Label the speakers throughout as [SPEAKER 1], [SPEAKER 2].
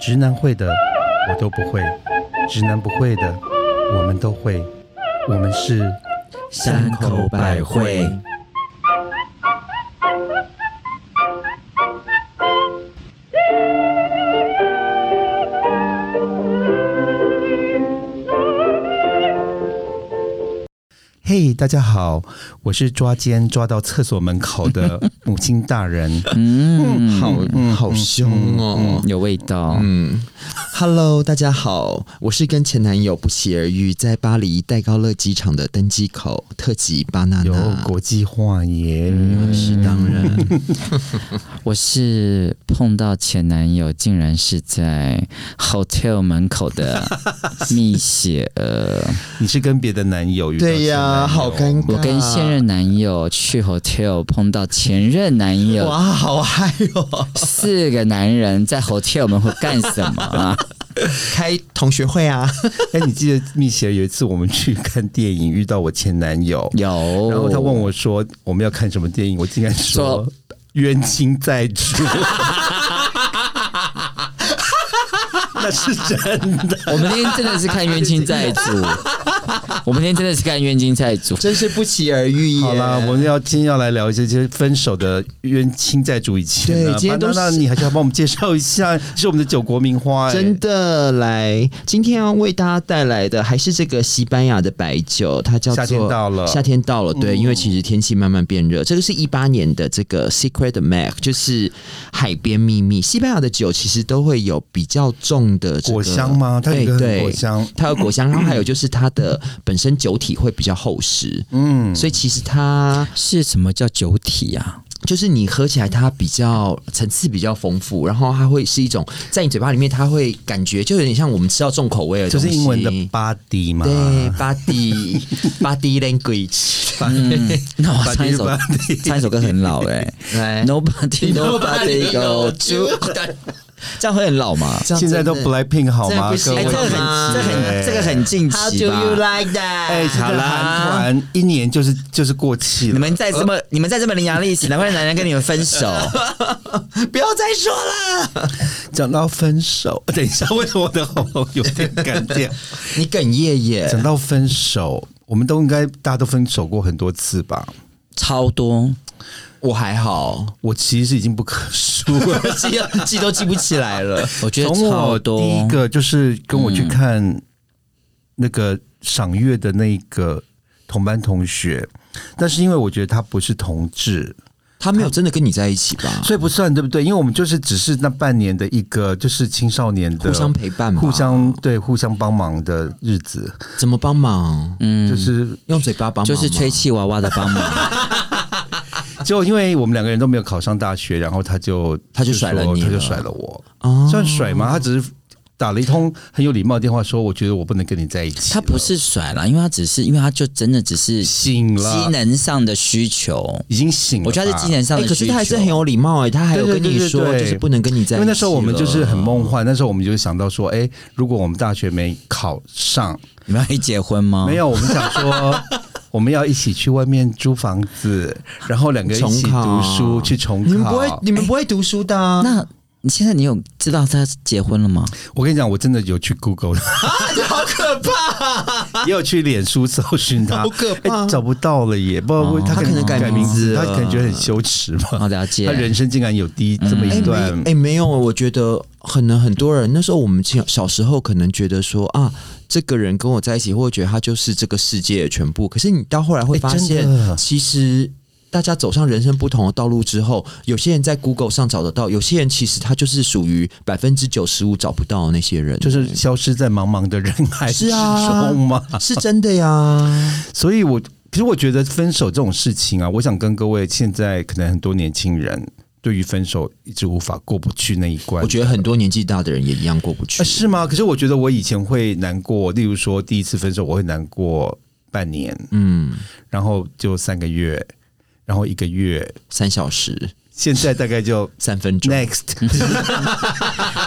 [SPEAKER 1] 直男会的我都不会，直男不会的我们都会，我们是
[SPEAKER 2] 山口百惠。
[SPEAKER 1] 嘿大家好，我是抓奸抓到厕所门口的母亲大 人。
[SPEAKER 2] 嗯，
[SPEAKER 3] 好
[SPEAKER 1] 嗯
[SPEAKER 3] 好凶哦。
[SPEAKER 2] 有味道。
[SPEAKER 3] 嗯，Hello，大家好，我是跟前男友不期而遇，在巴黎戴高乐机场的登机口特级巴娜
[SPEAKER 1] 有
[SPEAKER 3] 娜。
[SPEAKER 1] 国际化耶，
[SPEAKER 2] 是当然，我是碰到前男友，竟然是在 hotel 门口的蜜雪儿。
[SPEAKER 1] 你是跟别的男友遇到
[SPEAKER 3] 对呀、
[SPEAKER 1] 前 男友
[SPEAKER 3] 好尴尬。
[SPEAKER 2] 我跟现任男友去 hotel 碰到前任男友，
[SPEAKER 3] 哇，啊好嗨哦！
[SPEAKER 2] 四个男人在 hotel 门口干什 么啊？
[SPEAKER 3] 开同学会啊，
[SPEAKER 1] 哎、你记得蜜雪儿有一次我们去看电影，遇到我前男友，
[SPEAKER 2] 有，
[SPEAKER 1] 然后他问我说我们要看什么电影，我竟然说
[SPEAKER 2] 说
[SPEAKER 1] 冤亲债 主。那是真的，
[SPEAKER 2] 我们今天真的是看冤亲债主，我们今天真的是看冤亲债主。
[SPEAKER 3] 真是不期而遇耶。
[SPEAKER 1] 好啦，我们要今天要来聊一些这些分手的冤亲债主以前啊、
[SPEAKER 3] 对今天都是
[SPEAKER 1] 那你还是要帮我们介绍一下，是我们的九国名花、哎
[SPEAKER 3] 真的来，今天要为大家带来的还是这个西班牙的白酒，它叫做
[SPEAKER 1] 夏天到了嗯
[SPEAKER 3] 夏天到了，对，因为其实天气慢慢变热，这个是一八年的这个 Secret Mac，就是海边秘密。西班牙的酒其实都会有比较重的、这个、
[SPEAKER 1] 果香吗？它有一
[SPEAKER 3] 对
[SPEAKER 1] 个很
[SPEAKER 3] 对，
[SPEAKER 1] 果香，
[SPEAKER 3] 它有果香，然后还有就是它的本身酒体会比较厚实，
[SPEAKER 1] 嗯，
[SPEAKER 3] 所以其实它
[SPEAKER 2] 是什么叫酒体啊？
[SPEAKER 3] 就是你喝起来它比较层次比较丰富，然后它会是一种在你嘴巴里面，它会感觉就有点像我们吃到重口味的
[SPEAKER 1] 就
[SPEAKER 3] 东西，
[SPEAKER 1] 是英文的 body 嘛，
[SPEAKER 3] 对 body body language
[SPEAKER 2] 嗯，那我唱一首
[SPEAKER 1] Nobody，
[SPEAKER 2] 唱一首歌很老哎、
[SPEAKER 3] 来
[SPEAKER 2] Nobody Nobody Go To，这 样会很老吗？
[SPEAKER 3] 这样
[SPEAKER 1] 现在都
[SPEAKER 3] 真的
[SPEAKER 1] Blackpink 好吗？
[SPEAKER 3] 这
[SPEAKER 1] 各
[SPEAKER 3] 样
[SPEAKER 1] 位
[SPEAKER 3] 不
[SPEAKER 2] 哎、这
[SPEAKER 3] 行
[SPEAKER 2] 个
[SPEAKER 3] 吗
[SPEAKER 2] 很这很这个很近
[SPEAKER 3] How
[SPEAKER 2] 期
[SPEAKER 3] do you
[SPEAKER 2] 吧？
[SPEAKER 3] like
[SPEAKER 1] 哎，现
[SPEAKER 3] that？
[SPEAKER 1] 在
[SPEAKER 2] 好啦
[SPEAKER 1] 韩团一年就是就是过气
[SPEAKER 2] 你
[SPEAKER 1] 了。
[SPEAKER 2] 们再这么、你们再这么伶牙俐齿，难怪男人跟你们分 手。
[SPEAKER 3] 不要再说了，
[SPEAKER 1] 讲到分手， 等一下，为什么我的喉咙有点干 掉？
[SPEAKER 3] 你哽咽耶。
[SPEAKER 1] 讲到分手，我们都应该大家都分手过很多次吧？
[SPEAKER 2] 超多，
[SPEAKER 3] 我还好，
[SPEAKER 1] 我其实已经不可数 了。
[SPEAKER 3] 记记都记不起来 了。
[SPEAKER 2] 我觉得
[SPEAKER 1] 从
[SPEAKER 2] 超
[SPEAKER 1] 我第
[SPEAKER 2] 多。
[SPEAKER 1] 一个就是跟我去看那个赏月的那个同班同学，但是因为我觉得他不是同志，
[SPEAKER 3] 他没有真的跟你在一起吧？
[SPEAKER 1] 所以不算对不对？因为我们就是只是那半年的一个就是青少年的
[SPEAKER 3] 互相陪伴吧，
[SPEAKER 1] 互相对互相帮忙的日子，
[SPEAKER 3] 怎么帮忙？
[SPEAKER 2] 嗯，
[SPEAKER 1] 就是
[SPEAKER 3] 用嘴巴帮忙吗，
[SPEAKER 2] 就是吹气娃娃的帮 忙，
[SPEAKER 1] 就啊因为我们两个人都没有考上大学，然后他就
[SPEAKER 3] 他就甩了
[SPEAKER 1] 说
[SPEAKER 3] 你
[SPEAKER 1] 他就
[SPEAKER 3] 了
[SPEAKER 1] 甩了我，
[SPEAKER 3] 哦
[SPEAKER 1] 算甩吗？他只是打了一通很有礼貌的电话，说我觉得我不能跟你在一起了，
[SPEAKER 2] 他不是甩了，因为他只是因为他就真的只是
[SPEAKER 1] 醒
[SPEAKER 2] 机
[SPEAKER 1] 了，
[SPEAKER 2] 能上的需求，
[SPEAKER 1] 已经醒了吧，
[SPEAKER 2] 我觉得他是机能上
[SPEAKER 3] 哎、
[SPEAKER 2] 的需求。
[SPEAKER 3] 可是他还是很有礼貌哎、他还有
[SPEAKER 1] 对
[SPEAKER 3] 跟
[SPEAKER 1] 对
[SPEAKER 3] 你
[SPEAKER 1] 对对
[SPEAKER 3] 说，
[SPEAKER 1] 对
[SPEAKER 3] 就是不能跟你在一起了。
[SPEAKER 1] 因为那时候我们就是很梦幻，那时候我们就是想到说，哎、如果我们大学没考上，
[SPEAKER 2] 你们要一起结婚
[SPEAKER 3] 哦
[SPEAKER 2] 吗？
[SPEAKER 1] 没有，我们想 说我们要一起去外面租房子，然后两个人一起
[SPEAKER 3] 重
[SPEAKER 1] 读
[SPEAKER 3] 考
[SPEAKER 1] 书去重
[SPEAKER 3] 你们不会
[SPEAKER 1] 考，。
[SPEAKER 3] 你们不会读书的、
[SPEAKER 1] 嗯
[SPEAKER 3] 啊
[SPEAKER 2] 那你现在你有知道他结婚了吗？
[SPEAKER 1] 我跟你讲，我真的有去 Google，
[SPEAKER 3] 啊好可 怕！
[SPEAKER 1] 也有去脸书搜寻他，
[SPEAKER 3] 好可怕
[SPEAKER 1] 哎找不到了耶，不知道为、他
[SPEAKER 3] 他可能
[SPEAKER 1] 改
[SPEAKER 3] 改
[SPEAKER 1] 名
[SPEAKER 3] 名
[SPEAKER 1] 字，
[SPEAKER 3] 字
[SPEAKER 1] 他
[SPEAKER 3] 了
[SPEAKER 1] 可能觉得很羞耻吧。
[SPEAKER 2] 哦，了解。
[SPEAKER 1] 他人生竟然有第一这么一
[SPEAKER 3] 哎、
[SPEAKER 1] 段，
[SPEAKER 3] 没哎、没有，我觉得可能很多人那时候我们小小时候可能觉得说啊，这个人跟我在一起，或者觉得他就是这个世界的全部。可是你到后来会
[SPEAKER 1] 哎
[SPEAKER 3] 发
[SPEAKER 1] 真
[SPEAKER 3] 现，
[SPEAKER 1] 的
[SPEAKER 3] 其实。大家走上人生不同的道路之后，有些人在 Google 上找得到，有些人其实他就是属于百分之九十五找不到的那些人，
[SPEAKER 1] 就是消失在茫茫的人海之
[SPEAKER 3] 是啊
[SPEAKER 1] 中吗？
[SPEAKER 3] 是真的呀。
[SPEAKER 1] 所以我其实我觉得分手这种事情啊，我想跟各位现在可能很多年轻人对于分手一直无法过不去那一关。
[SPEAKER 3] 我觉得很多年纪大的人也一样过不去。
[SPEAKER 1] 啊是吗？可是我觉得我以前会难过，例如说第一次分手我会难过半年，
[SPEAKER 3] 嗯，
[SPEAKER 1] 然后就三个月，然后一个月，
[SPEAKER 3] 三小时、
[SPEAKER 1] 现在大概 就
[SPEAKER 3] 三分钟，
[SPEAKER 1] next。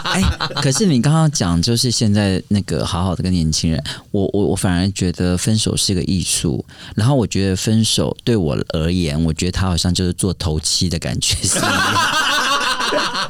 [SPEAKER 2] 哎， 可是你刚刚讲就是现在那个好好的跟年轻人，我我我反而觉得分手是个艺术，然后我觉得分手对我而言，我觉得他好像就是做头七的感觉是一样。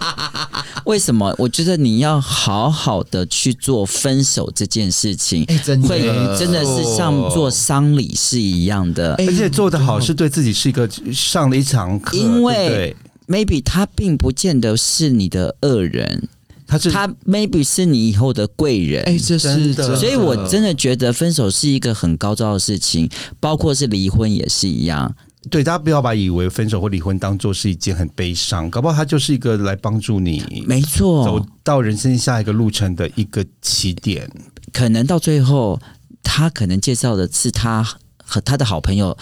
[SPEAKER 2] 为什么？我觉得你要好好的去做分手这件事情，
[SPEAKER 3] 哎
[SPEAKER 1] 嗯
[SPEAKER 3] 真的
[SPEAKER 2] 会
[SPEAKER 3] 没
[SPEAKER 2] 真的是像做丧礼是一样的。
[SPEAKER 3] 哎
[SPEAKER 1] 而且做的好是对自己是一个上了一堂课，
[SPEAKER 2] 因为
[SPEAKER 1] 对不对
[SPEAKER 2] maybe 他并不见得是你的恶人，
[SPEAKER 1] 他是
[SPEAKER 2] 他 maybe 是你以后的贵人。
[SPEAKER 3] 哎、这是
[SPEAKER 1] 真的
[SPEAKER 2] 所以，我真的觉得分手是一个很高招的事情，包括是离婚也是一样。
[SPEAKER 1] 对大家不要把以为分手或离婚当做是一件很悲伤，搞不好他就是一个来帮助你
[SPEAKER 2] 没
[SPEAKER 1] 走
[SPEAKER 2] 错，
[SPEAKER 1] 到人生下一个路程的一个起点。
[SPEAKER 2] 可能到最后，他可能介绍的是他和他的好朋友，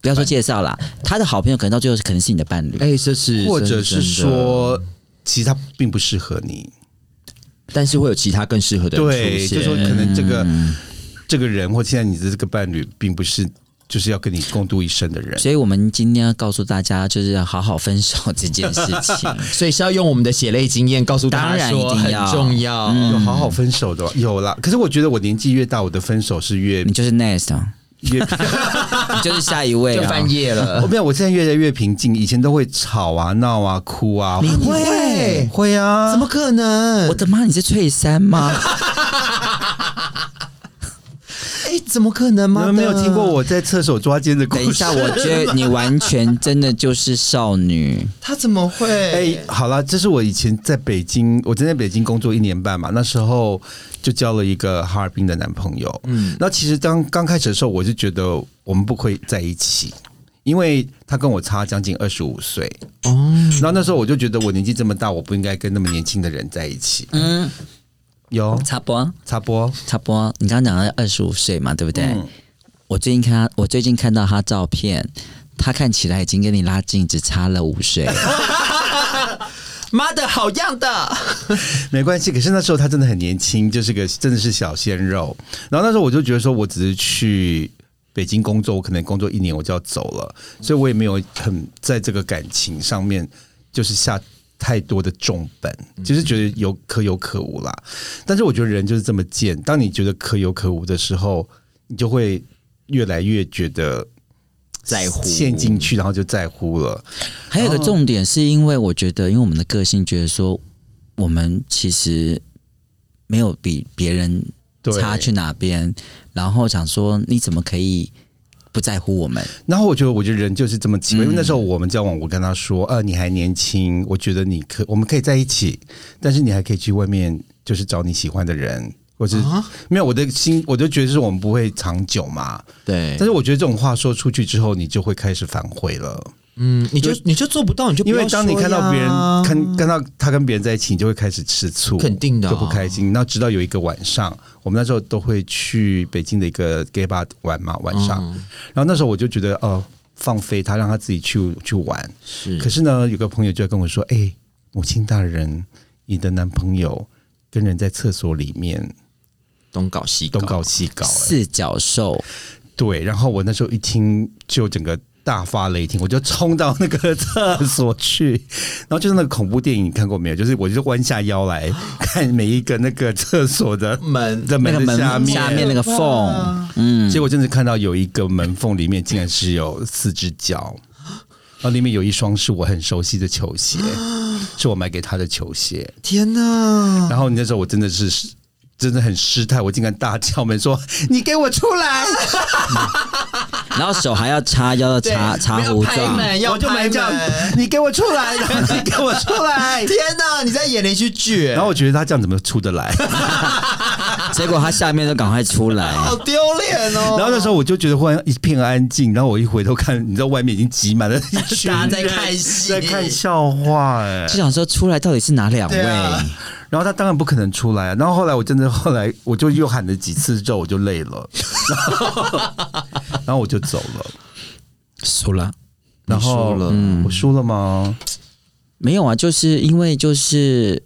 [SPEAKER 2] 不要说介绍啦，他的好朋友可能到最后可能是你的伴侣。
[SPEAKER 3] 哎、这是
[SPEAKER 1] 或者
[SPEAKER 3] 真
[SPEAKER 1] 是
[SPEAKER 3] 的
[SPEAKER 1] 说，其实他并不适合你。
[SPEAKER 3] 但是会有其他更适合的人出
[SPEAKER 1] 对，
[SPEAKER 3] 现，
[SPEAKER 1] 就说可能这个、这个人或现在你的这个伴侣，并不是就是要跟你共度一生的人。
[SPEAKER 2] 所以我们今天要告诉大家，就是要好好分手这件事 情。
[SPEAKER 3] 所以是要用我们的血泪经验告诉大
[SPEAKER 2] 当
[SPEAKER 3] 家
[SPEAKER 2] 然
[SPEAKER 3] 说
[SPEAKER 2] 一定
[SPEAKER 3] 很
[SPEAKER 2] 要
[SPEAKER 3] 重要。
[SPEAKER 1] 啊
[SPEAKER 3] 嗯
[SPEAKER 2] 嗯
[SPEAKER 1] 有好好分手的吧有啦，可是我觉得我年纪越大，我的分手是越
[SPEAKER 2] 你就是 next，啊
[SPEAKER 1] 越
[SPEAKER 2] 你就是下一位
[SPEAKER 3] 就
[SPEAKER 2] 啊。
[SPEAKER 3] 翻页了
[SPEAKER 1] 我，没有，我现在越来越平静。以前都会吵啊、闹啊、哭啊，
[SPEAKER 3] 你
[SPEAKER 1] 会
[SPEAKER 3] 会？
[SPEAKER 1] 会啊，
[SPEAKER 3] 怎么可能？
[SPEAKER 2] 我的妈，你是翠珊 吗？
[SPEAKER 3] 哎、怎么可能
[SPEAKER 1] 你
[SPEAKER 3] 吗？
[SPEAKER 1] 们没有听过我在厕所抓奸的故
[SPEAKER 2] 等
[SPEAKER 1] 事？
[SPEAKER 2] 一下，我觉得你完全真的就是少女。
[SPEAKER 3] 他怎么会？
[SPEAKER 1] 哎、好啦，这是我以前在北京，我真在北京工作一年半嘛，那时候就交了一个哈尔滨的男朋友。嗯，那其实当刚开始的时候，我就觉得我们不会在一起，因为他跟我差将近二十五岁。
[SPEAKER 3] 哦，
[SPEAKER 1] 然后那时候我就觉得我年纪这么大，我不应该跟那么年轻的人在一起。
[SPEAKER 2] 嗯，
[SPEAKER 1] 有
[SPEAKER 2] 插播啊
[SPEAKER 1] 插播，
[SPEAKER 2] 插播，啊你刚刚讲到二十五岁嘛，对不对？
[SPEAKER 1] 嗯
[SPEAKER 2] 我最近看他，我最近看到他照片，他看起来已经跟你拉近，只差了五 岁。
[SPEAKER 3] 妈的好样的！
[SPEAKER 1] 没关系。可是那时候他真的很年轻，就是个真的是小鲜肉。然后那时候我就觉得说，我只是去北京工作，我可能工作一年我就要走了，所以我也没有很在这个感情上面就是下太多的重本，
[SPEAKER 3] 嗯
[SPEAKER 1] 就是觉得有可有可无啦。但是我觉得人就是这么贱，当你觉得可有可无的时候，你就会越来越觉得
[SPEAKER 3] 在乎
[SPEAKER 1] 陷进去，然后就在乎了。
[SPEAKER 2] 还有一个重点是因为我觉得，因为我们的个性觉得说，我们其实没有比别人
[SPEAKER 1] 对
[SPEAKER 2] 差去哪边，然后想说你怎么可以不在乎我们？
[SPEAKER 1] 然后我觉得，我觉得人就是这么奇怪。因为那时候我们交往，我跟他说：“呃，你还年轻，我觉得你可我们可以在一起，但是你还可以去外面，就是找你喜欢的人，或是、没有我的心，我就觉得是我们不会长久嘛。
[SPEAKER 3] 对
[SPEAKER 1] 但是我觉得这种话说出去之后，你就会开始反悔了，
[SPEAKER 3] 嗯，你就你就做不到，你就不
[SPEAKER 1] 因
[SPEAKER 3] 要
[SPEAKER 1] 为当你
[SPEAKER 3] 说
[SPEAKER 1] 看到别人
[SPEAKER 3] 呀
[SPEAKER 1] 看看到他跟别人在一起，你就会开始吃醋，
[SPEAKER 3] 肯定的啊
[SPEAKER 1] 就不开心。那直到有一个晚上，我们那时候都会去北京的一个 gay bar 玩嘛，晚上。
[SPEAKER 3] 嗯
[SPEAKER 1] 然后那时候我就觉得，哦、放飞他，让他自己去去玩。
[SPEAKER 3] 是
[SPEAKER 1] 可是呢，有个朋友就跟我说：“哎、母亲大人，你的男朋友跟人在厕所里面
[SPEAKER 3] 东搞西
[SPEAKER 1] 东搞西搞、哎
[SPEAKER 2] 四角兽，
[SPEAKER 1] 对，然后我那时候一听就整个大发雷霆，我就冲到那个厕所去，然后就是那个恐怖电影，你看过没有？就是我就弯下腰 来看每一个那个厕所的
[SPEAKER 3] 门
[SPEAKER 1] 的
[SPEAKER 2] 那个
[SPEAKER 1] 门的
[SPEAKER 2] 门
[SPEAKER 1] 下面，
[SPEAKER 2] 下面那个缝，嗯，
[SPEAKER 1] 结果真的看到有一个门缝里面竟然是有四只 脚，然后里面有一双是我很熟悉的球 鞋，是我买给他的球鞋。
[SPEAKER 3] 天哪！
[SPEAKER 1] 然后那时候我真的是真的很失态，我竟然大叫门说：“你给我出来！”
[SPEAKER 2] 然后手还要插腰，要插插
[SPEAKER 3] 要
[SPEAKER 2] 胡啊
[SPEAKER 3] 拍
[SPEAKER 2] 状。
[SPEAKER 3] 门哎要
[SPEAKER 1] 我就
[SPEAKER 3] 拍
[SPEAKER 1] 没叫
[SPEAKER 3] 门
[SPEAKER 1] 你给我出来，然后你给我出 来。
[SPEAKER 3] 天哪！你在演连续剧，
[SPEAKER 1] 然后我觉得他这样怎么出得 来？
[SPEAKER 2] 结果他下面都赶快出来，
[SPEAKER 3] 好丢脸哦。
[SPEAKER 1] 然后那时候我就觉得忽然一片安静，然后我一回头看，你知道外面已经挤满了一群
[SPEAKER 3] 大家
[SPEAKER 1] 人
[SPEAKER 3] 在看戏
[SPEAKER 1] 在看笑话哎、
[SPEAKER 2] 就想说出来到底是哪两位？
[SPEAKER 3] 对啊
[SPEAKER 1] 然后他当然不可能出来、啊，然后后来我真的后来我就又喊了几次之后我就累 了，然后然后我就走了。
[SPEAKER 2] 输了。
[SPEAKER 1] 然后
[SPEAKER 3] 你输了
[SPEAKER 1] 嗯我输了吗？
[SPEAKER 2] 没有啊，就是因为就是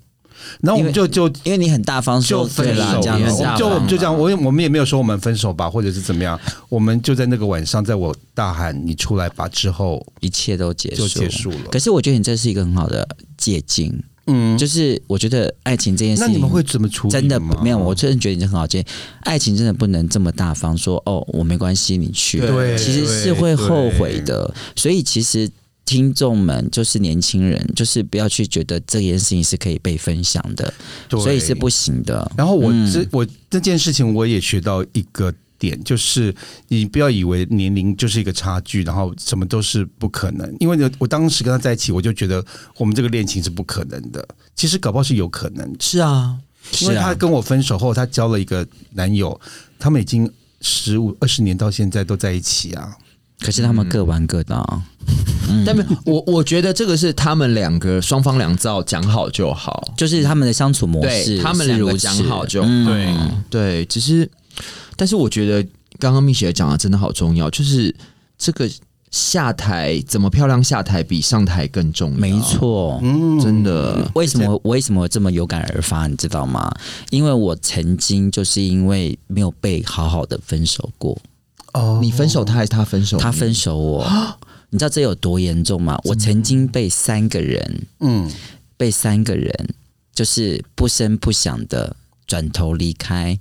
[SPEAKER 1] 然后我们就就
[SPEAKER 2] 因为你很大方
[SPEAKER 1] 就
[SPEAKER 2] 说对
[SPEAKER 1] 分手
[SPEAKER 2] 啦
[SPEAKER 1] 了，，
[SPEAKER 2] 这
[SPEAKER 1] 我
[SPEAKER 2] 样
[SPEAKER 1] 们
[SPEAKER 2] 子
[SPEAKER 3] 下
[SPEAKER 1] 就
[SPEAKER 3] 吧
[SPEAKER 1] 我们就这样，我也我们也没有说我们分手吧，或者是怎么样，我们就在那个晚上，在我大喊“你出来吧”之后
[SPEAKER 2] 一切都结束
[SPEAKER 1] 就结束了。
[SPEAKER 2] 可是我觉得你这是一个很好的借鉴，
[SPEAKER 1] 嗯，
[SPEAKER 2] 就是我觉得爱情这件事
[SPEAKER 1] 那
[SPEAKER 2] 情，
[SPEAKER 1] 你们会怎么处理？哦
[SPEAKER 2] 真的没
[SPEAKER 1] 嗯
[SPEAKER 2] 有，我。真的觉得你是很好接。爱情真的不能这么大方说哦，我没关系，你去。
[SPEAKER 1] 对
[SPEAKER 2] 其实是会后悔的。所以其实听众们就是年轻人，就是不要去觉得这件事情是可以被分享的，
[SPEAKER 1] 对
[SPEAKER 2] 所以是不行的。嗯
[SPEAKER 1] 然后我这、我这件事情我也学到一个点，就是你不要以为年龄就是一个差距，然后什么都是不可能。因为呢我当时跟他在一起，我就觉得我们这个恋情是不可能的。其实搞不好是有可能的，
[SPEAKER 3] 是啊，
[SPEAKER 1] 因为他跟我分手后，他交了一个男友，他们已经十五二十年到现在都在一起啊。
[SPEAKER 2] 可是他们各玩各的、啊，
[SPEAKER 3] 但没有我我觉得这个是他们两个双方两造讲好就好，
[SPEAKER 2] 就是他们的相处模式，
[SPEAKER 3] 对他们两个
[SPEAKER 2] 如此
[SPEAKER 3] 讲好就好
[SPEAKER 2] 嗯
[SPEAKER 3] 对，只是，但是我觉得刚刚蜜雪讲的真的好重要，就是这个下台怎么漂亮下台比上台更重要，
[SPEAKER 2] 没，错。
[SPEAKER 1] 嗯，
[SPEAKER 3] 真的，
[SPEAKER 2] 为什么为什么这么有感而发？你知道吗？因为我曾经就是因为没有被好好的分手过，
[SPEAKER 1] 哦
[SPEAKER 3] 你分手他还是他分手你？
[SPEAKER 2] 他分 手我，你知道这有多严重吗？我曾经被三个人，
[SPEAKER 1] 嗯，
[SPEAKER 2] 被三个人就是不声不响的转头离开，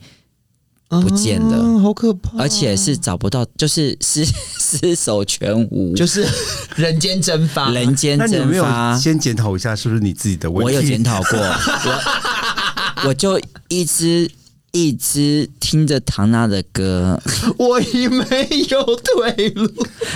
[SPEAKER 2] 不见了
[SPEAKER 1] 哦
[SPEAKER 3] 啊好可怕，
[SPEAKER 2] 而且是找不到，就是失 失手全无，
[SPEAKER 3] 就是 人间蒸发，
[SPEAKER 2] 人间
[SPEAKER 1] 那你有
[SPEAKER 2] 蒸
[SPEAKER 1] 没有
[SPEAKER 2] 发。
[SPEAKER 1] 先检讨一下，是不是你自己的问
[SPEAKER 2] 我
[SPEAKER 1] 题？
[SPEAKER 2] 有检讨过，我我就一直一直听着唐娜的歌，
[SPEAKER 3] 我已没有退路。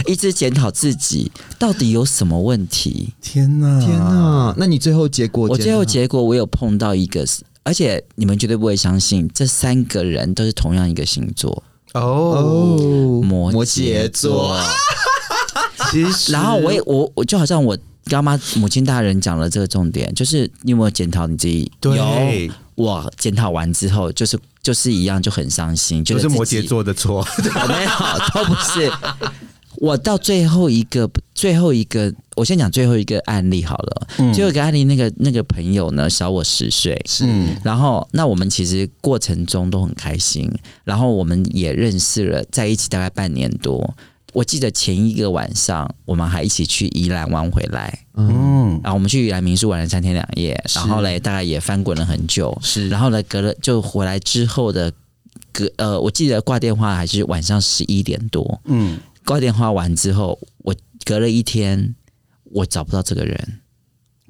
[SPEAKER 2] 一直检讨自己到底有什么问题。
[SPEAKER 1] 天哪，
[SPEAKER 3] 天哪！那你最后结果？
[SPEAKER 2] 啊我最后
[SPEAKER 3] 天哪
[SPEAKER 2] 结果我有碰到一个，而且你们绝对不会相信，这三个人都是同样一个星座，
[SPEAKER 1] 哦，
[SPEAKER 3] 哦，
[SPEAKER 2] 摩羯
[SPEAKER 3] 羯座
[SPEAKER 2] 座。
[SPEAKER 1] 其实，
[SPEAKER 2] 然后我也我我就好像我干妈母亲大人讲了这个重点，就是你有没有检讨你自己？
[SPEAKER 1] 对，
[SPEAKER 2] 我检讨完之后，就是就是一样就很伤心，觉
[SPEAKER 1] 不
[SPEAKER 2] 得
[SPEAKER 1] 是
[SPEAKER 2] 自己
[SPEAKER 1] 摩羯座的错，
[SPEAKER 2] 我没有，都不是。我到最后一个，最后一个，我先讲最后一个案例好了。最后一个案例，那个那个朋友呢，小我十岁，
[SPEAKER 1] 嗯，
[SPEAKER 2] 然后那我们其实过程中都很开心，然后我们也认识了，在一起大概半年多。我记得前一个晚上，我们还一起去宜兰玩回来，
[SPEAKER 1] 嗯，
[SPEAKER 2] 然后我们去宜兰民宿玩了三天两夜，然后嘞，大概也翻滚了很久，
[SPEAKER 3] 是
[SPEAKER 2] 然后呢，隔了就回来之后的隔呃，我记得挂电话还是晚上十一点多，
[SPEAKER 1] 嗯，
[SPEAKER 2] 挂电话完之后，我隔了一天，我找不到这个人。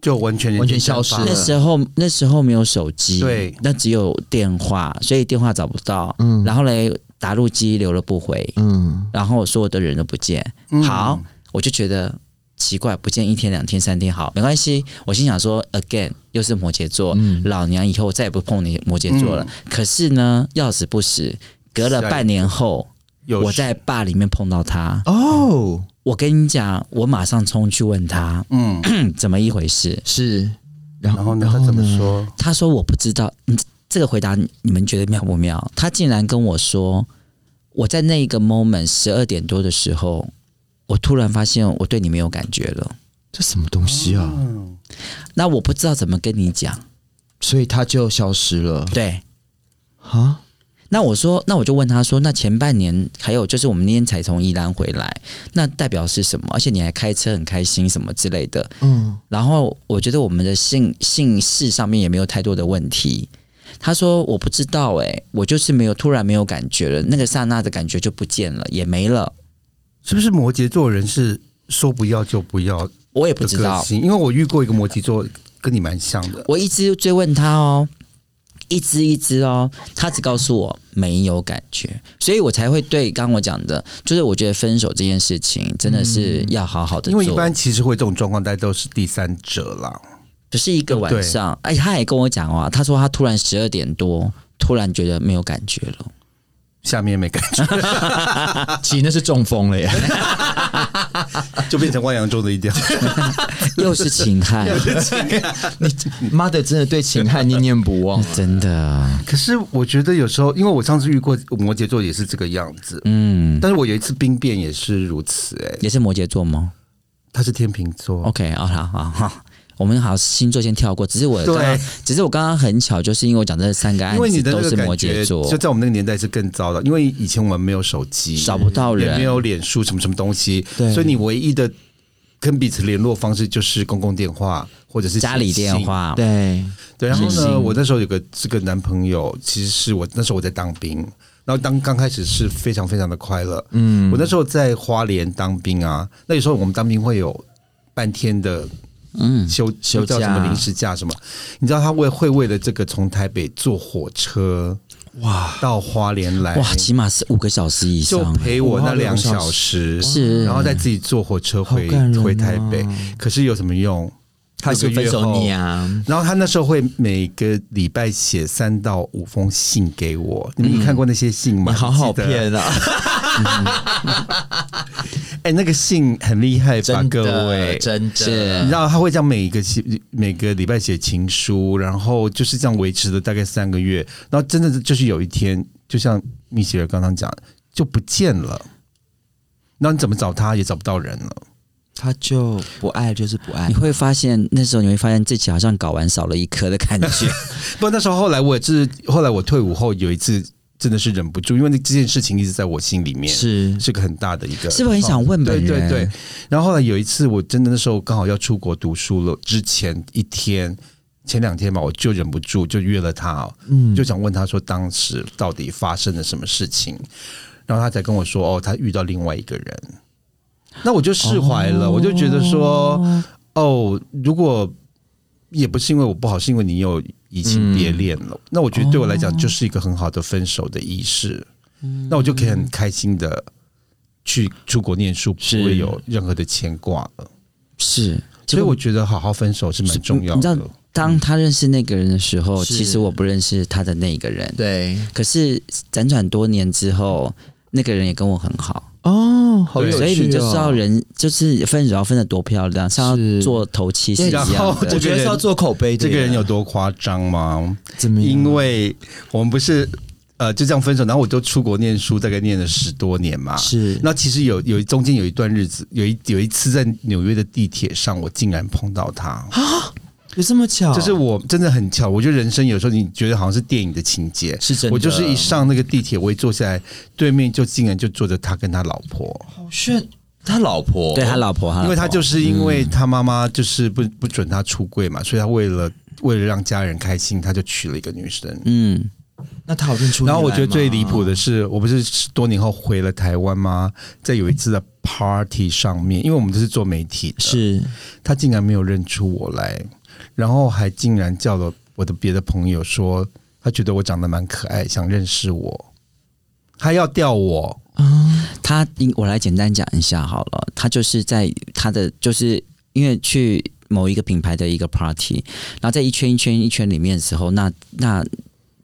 [SPEAKER 1] 就完全
[SPEAKER 3] 完全消失了
[SPEAKER 2] 那
[SPEAKER 1] 了。
[SPEAKER 2] 时候那时候没有手机，
[SPEAKER 1] 嗯对，
[SPEAKER 2] 那只有电话，所以电话找不到。嗯，然后嘞，打录机留了不回，
[SPEAKER 3] 嗯，
[SPEAKER 2] 然后所有的人都不见。
[SPEAKER 1] 嗯
[SPEAKER 2] 好，我就觉得奇怪，不见一天、两天、三天，好，没关系。我心想说，again，又是摩羯座，
[SPEAKER 3] 嗯
[SPEAKER 2] 老娘以后再也不碰你摩羯
[SPEAKER 1] 嗯
[SPEAKER 2] 座了。可是呢，要死不死，隔了
[SPEAKER 1] 下一
[SPEAKER 2] 半年后，
[SPEAKER 1] 啊有
[SPEAKER 2] 我在坝里面碰到他。
[SPEAKER 3] 哦，
[SPEAKER 2] 我跟你讲，我马上冲去问他，
[SPEAKER 1] 嗯，
[SPEAKER 2] 嗯， 怎么一回事？
[SPEAKER 3] 是，然
[SPEAKER 1] 然后呢？他怎么？说？
[SPEAKER 2] 他说我不知道。嗯，这个回答你你们觉得妙不妙？他竟然跟我说，我在那一个 moment 十二点多的时候，我突然发现我对你没有感觉了。
[SPEAKER 3] 这什么东西啊？
[SPEAKER 1] 嗯，
[SPEAKER 2] 那我不知道怎么跟你讲。
[SPEAKER 3] 所以他就消失了
[SPEAKER 2] 对，
[SPEAKER 3] 啊？
[SPEAKER 2] 那我说，那我就问他说，那前半年还有就是我们那天才从宜兰回来，那代表是什么？而且你还开车很开心什么之类的。
[SPEAKER 3] 嗯，
[SPEAKER 2] 然后我觉得我们的姓姓氏上面也没有太多的问题。他说我不知道、欸，我就是没有突然没有感觉了，那个刹那的感觉就不见了，也没了，
[SPEAKER 1] 是不是摩羯座人是说不要就不要的
[SPEAKER 2] 我也不知
[SPEAKER 1] 个
[SPEAKER 2] 道。
[SPEAKER 1] 性？因为我遇过一个摩羯座，跟你蛮像的。
[SPEAKER 2] 我一直追问他哦，一只一只哦，他只告诉我没有感觉，所以我才会对刚我讲的，就是我觉得分手这件事情真的是要好好
[SPEAKER 1] 嗯
[SPEAKER 2] 的
[SPEAKER 1] 因
[SPEAKER 2] 做，
[SPEAKER 1] 为一般其实会这种状况，大家都是第三者啦。
[SPEAKER 2] 只是一个晚
[SPEAKER 1] 对
[SPEAKER 2] 上，而且他也跟我讲哦，他说他突然十二点多，突然觉得没有感觉 了。
[SPEAKER 1] 下面没感 觉，
[SPEAKER 3] 啊其实那是中风了耶。
[SPEAKER 1] 就变成汪洋中的一 条。
[SPEAKER 2] 又是 秦汉，
[SPEAKER 3] 妈的，真的对秦汉念念不 忘。
[SPEAKER 2] 真的，
[SPEAKER 1] 可是我觉得有时候，因为我上次遇过摩羯座也是这个样子，
[SPEAKER 2] 嗯，
[SPEAKER 1] 但是我有一次兵变也是如此、欸。哎，
[SPEAKER 2] 也是摩羯座吗
[SPEAKER 1] 他是天秤座，
[SPEAKER 2] ？OK，好好好好，我们好星座先跳过，只是我刚刚
[SPEAKER 1] 对，
[SPEAKER 2] 只是我刚刚很巧，就是因为我讲这三个案
[SPEAKER 1] 因为你
[SPEAKER 2] 子
[SPEAKER 1] 的
[SPEAKER 2] 都
[SPEAKER 1] 那个
[SPEAKER 2] 是摩
[SPEAKER 1] 感
[SPEAKER 2] 羯
[SPEAKER 1] 觉，
[SPEAKER 2] 座
[SPEAKER 1] 就，在我们那个年代是更糟的，因为以前我们没有手机，
[SPEAKER 2] 找不到
[SPEAKER 1] 也没
[SPEAKER 2] 人，
[SPEAKER 1] 有脸书什么什么东西，
[SPEAKER 3] 对
[SPEAKER 1] 所以你唯一的跟彼此联络方式就是公共电话或者是
[SPEAKER 2] 家里
[SPEAKER 1] 写信
[SPEAKER 2] 电。话，
[SPEAKER 3] 对，
[SPEAKER 1] 对，然后
[SPEAKER 2] 写
[SPEAKER 1] 呢，
[SPEAKER 2] 信
[SPEAKER 1] 我那时候有个这个男朋友，其实是我那时候我在当兵，然后当刚开始是非常非常的快乐。嗯，我那时候在花莲当兵啊，那有时候我们当兵会有半天的
[SPEAKER 2] 嗯，
[SPEAKER 1] 休
[SPEAKER 3] 休
[SPEAKER 1] 叫什么
[SPEAKER 3] 假
[SPEAKER 1] 临时假什么，你知道他为会为了这个从台北坐火车哇到花莲来，
[SPEAKER 2] 哇，起码是五个小时以
[SPEAKER 1] 就
[SPEAKER 2] 上，
[SPEAKER 1] 陪我
[SPEAKER 3] 啊哇
[SPEAKER 1] 那两
[SPEAKER 3] 两个小
[SPEAKER 1] 小时，
[SPEAKER 2] 是
[SPEAKER 1] 然后再自己坐火车回
[SPEAKER 3] 好感人
[SPEAKER 1] 回台北
[SPEAKER 3] 哦，
[SPEAKER 1] 可是有什么用？
[SPEAKER 3] 他就分手你
[SPEAKER 1] 啊！
[SPEAKER 3] 啊，
[SPEAKER 1] 然后他那时候会每个礼拜写三到五封信给我，你们有看过那些信
[SPEAKER 3] 你
[SPEAKER 1] 吗？
[SPEAKER 3] 嗯好好
[SPEAKER 1] 记得
[SPEAKER 3] 骗啊！
[SPEAKER 1] 哎、那个信很厉害吧，
[SPEAKER 3] 真
[SPEAKER 1] 各
[SPEAKER 3] 的，
[SPEAKER 1] 位。
[SPEAKER 3] 真
[SPEAKER 1] 你知
[SPEAKER 3] 的，
[SPEAKER 1] 道他会这样每一个星每个礼拜写情书，然后就是这样维持了大概三个月，然后真的就是有一天，就像米歇尔刚刚讲，就不见了。那你怎么找他也找不到人了。
[SPEAKER 3] 他就不爱就是不 爱
[SPEAKER 2] 你，会发现那时候你会发现自己好像睾丸少了一颗的 感觉。
[SPEAKER 1] 不过那时候后来我也是后来我退伍后有一次真的是忍不住，因为那这件事情一直在我心里面
[SPEAKER 3] 是
[SPEAKER 1] 是个很大的一个，
[SPEAKER 2] 是嗯不是很想问本
[SPEAKER 1] 对对
[SPEAKER 2] 人
[SPEAKER 1] 对。然后后来有一次，我真的那时候刚好要出国读书了，之前一天、前两天吧，我就忍不住就约了他哦，
[SPEAKER 3] 嗯
[SPEAKER 1] 就想问他说当时到底发生了什么事情，然后他才跟我说哦，他遇到另外一个人。那我就释怀了，我就觉得说哦，如果也不是因为我不好，是因为你有移情别恋
[SPEAKER 2] 嗯
[SPEAKER 1] 了。那我觉得对我来讲就是一个很好的分手的仪式。
[SPEAKER 2] 哦
[SPEAKER 1] 那我就可以很开心的去出国念书，不
[SPEAKER 3] 是
[SPEAKER 1] 会有任何的牵挂了。
[SPEAKER 2] 是，
[SPEAKER 1] 所以我觉得好好分手是蛮重要
[SPEAKER 2] 你知道
[SPEAKER 1] 的。
[SPEAKER 2] 当他认识那个人的时候，
[SPEAKER 3] 是
[SPEAKER 2] 其实我不认识他的那个人。
[SPEAKER 3] 对
[SPEAKER 2] 可是辗转多年之后，那个人也跟我很好，
[SPEAKER 3] 哦，好有趣哦，
[SPEAKER 2] 所以你就知道人就是分手要分的多漂亮，像
[SPEAKER 3] 是
[SPEAKER 2] 要做头七是一
[SPEAKER 1] 然
[SPEAKER 2] 样
[SPEAKER 1] 后
[SPEAKER 2] 的。
[SPEAKER 1] 这
[SPEAKER 3] 我
[SPEAKER 1] 个
[SPEAKER 3] 觉得是要
[SPEAKER 1] 人，
[SPEAKER 3] 做口碑的
[SPEAKER 1] 这
[SPEAKER 3] 呀，
[SPEAKER 1] 个人有多夸张吗？
[SPEAKER 2] 嗯
[SPEAKER 3] 怎么样？
[SPEAKER 1] 因为我们不是呃就这样分手，然后我就出国念书，大概念了十多年嘛。
[SPEAKER 3] 是
[SPEAKER 1] 那其实有有中间有一段日子，有一有一次在纽约的地铁上，我竟然碰到他。
[SPEAKER 3] 有这么巧，哦
[SPEAKER 1] 就是我真的很巧，我觉得人生有时候你觉得好像是电影的情节，
[SPEAKER 3] 是真的
[SPEAKER 1] 我就是一上那个地铁，我一坐下来，对面就竟然就坐着他跟他老婆，
[SPEAKER 3] 好炫，他老婆
[SPEAKER 2] 对他老婆，
[SPEAKER 3] 啊
[SPEAKER 1] 因为他就是是因为他妈妈就是
[SPEAKER 3] 嗯
[SPEAKER 1] 不不准他出柜嘛，所以他为了为了让家人开心，他就娶了一个女生。
[SPEAKER 2] 嗯，
[SPEAKER 3] 那他有认出你来吗，
[SPEAKER 1] 然后我觉得最离谱的是，我不是十多年后回了台湾吗？在有一次的 party 上面，因为我们都是做媒体的，
[SPEAKER 3] 是
[SPEAKER 1] 他竟然没有认出我来，然后还竟然叫了我的别的朋友说，他觉得我长得蛮可爱，想认识我，他要钓我，
[SPEAKER 2] 他因我来简单讲一下好了，他就是在他的就是因为去某一个品牌的一个 party，然后在一圈一圈一圈里面的时候，那那。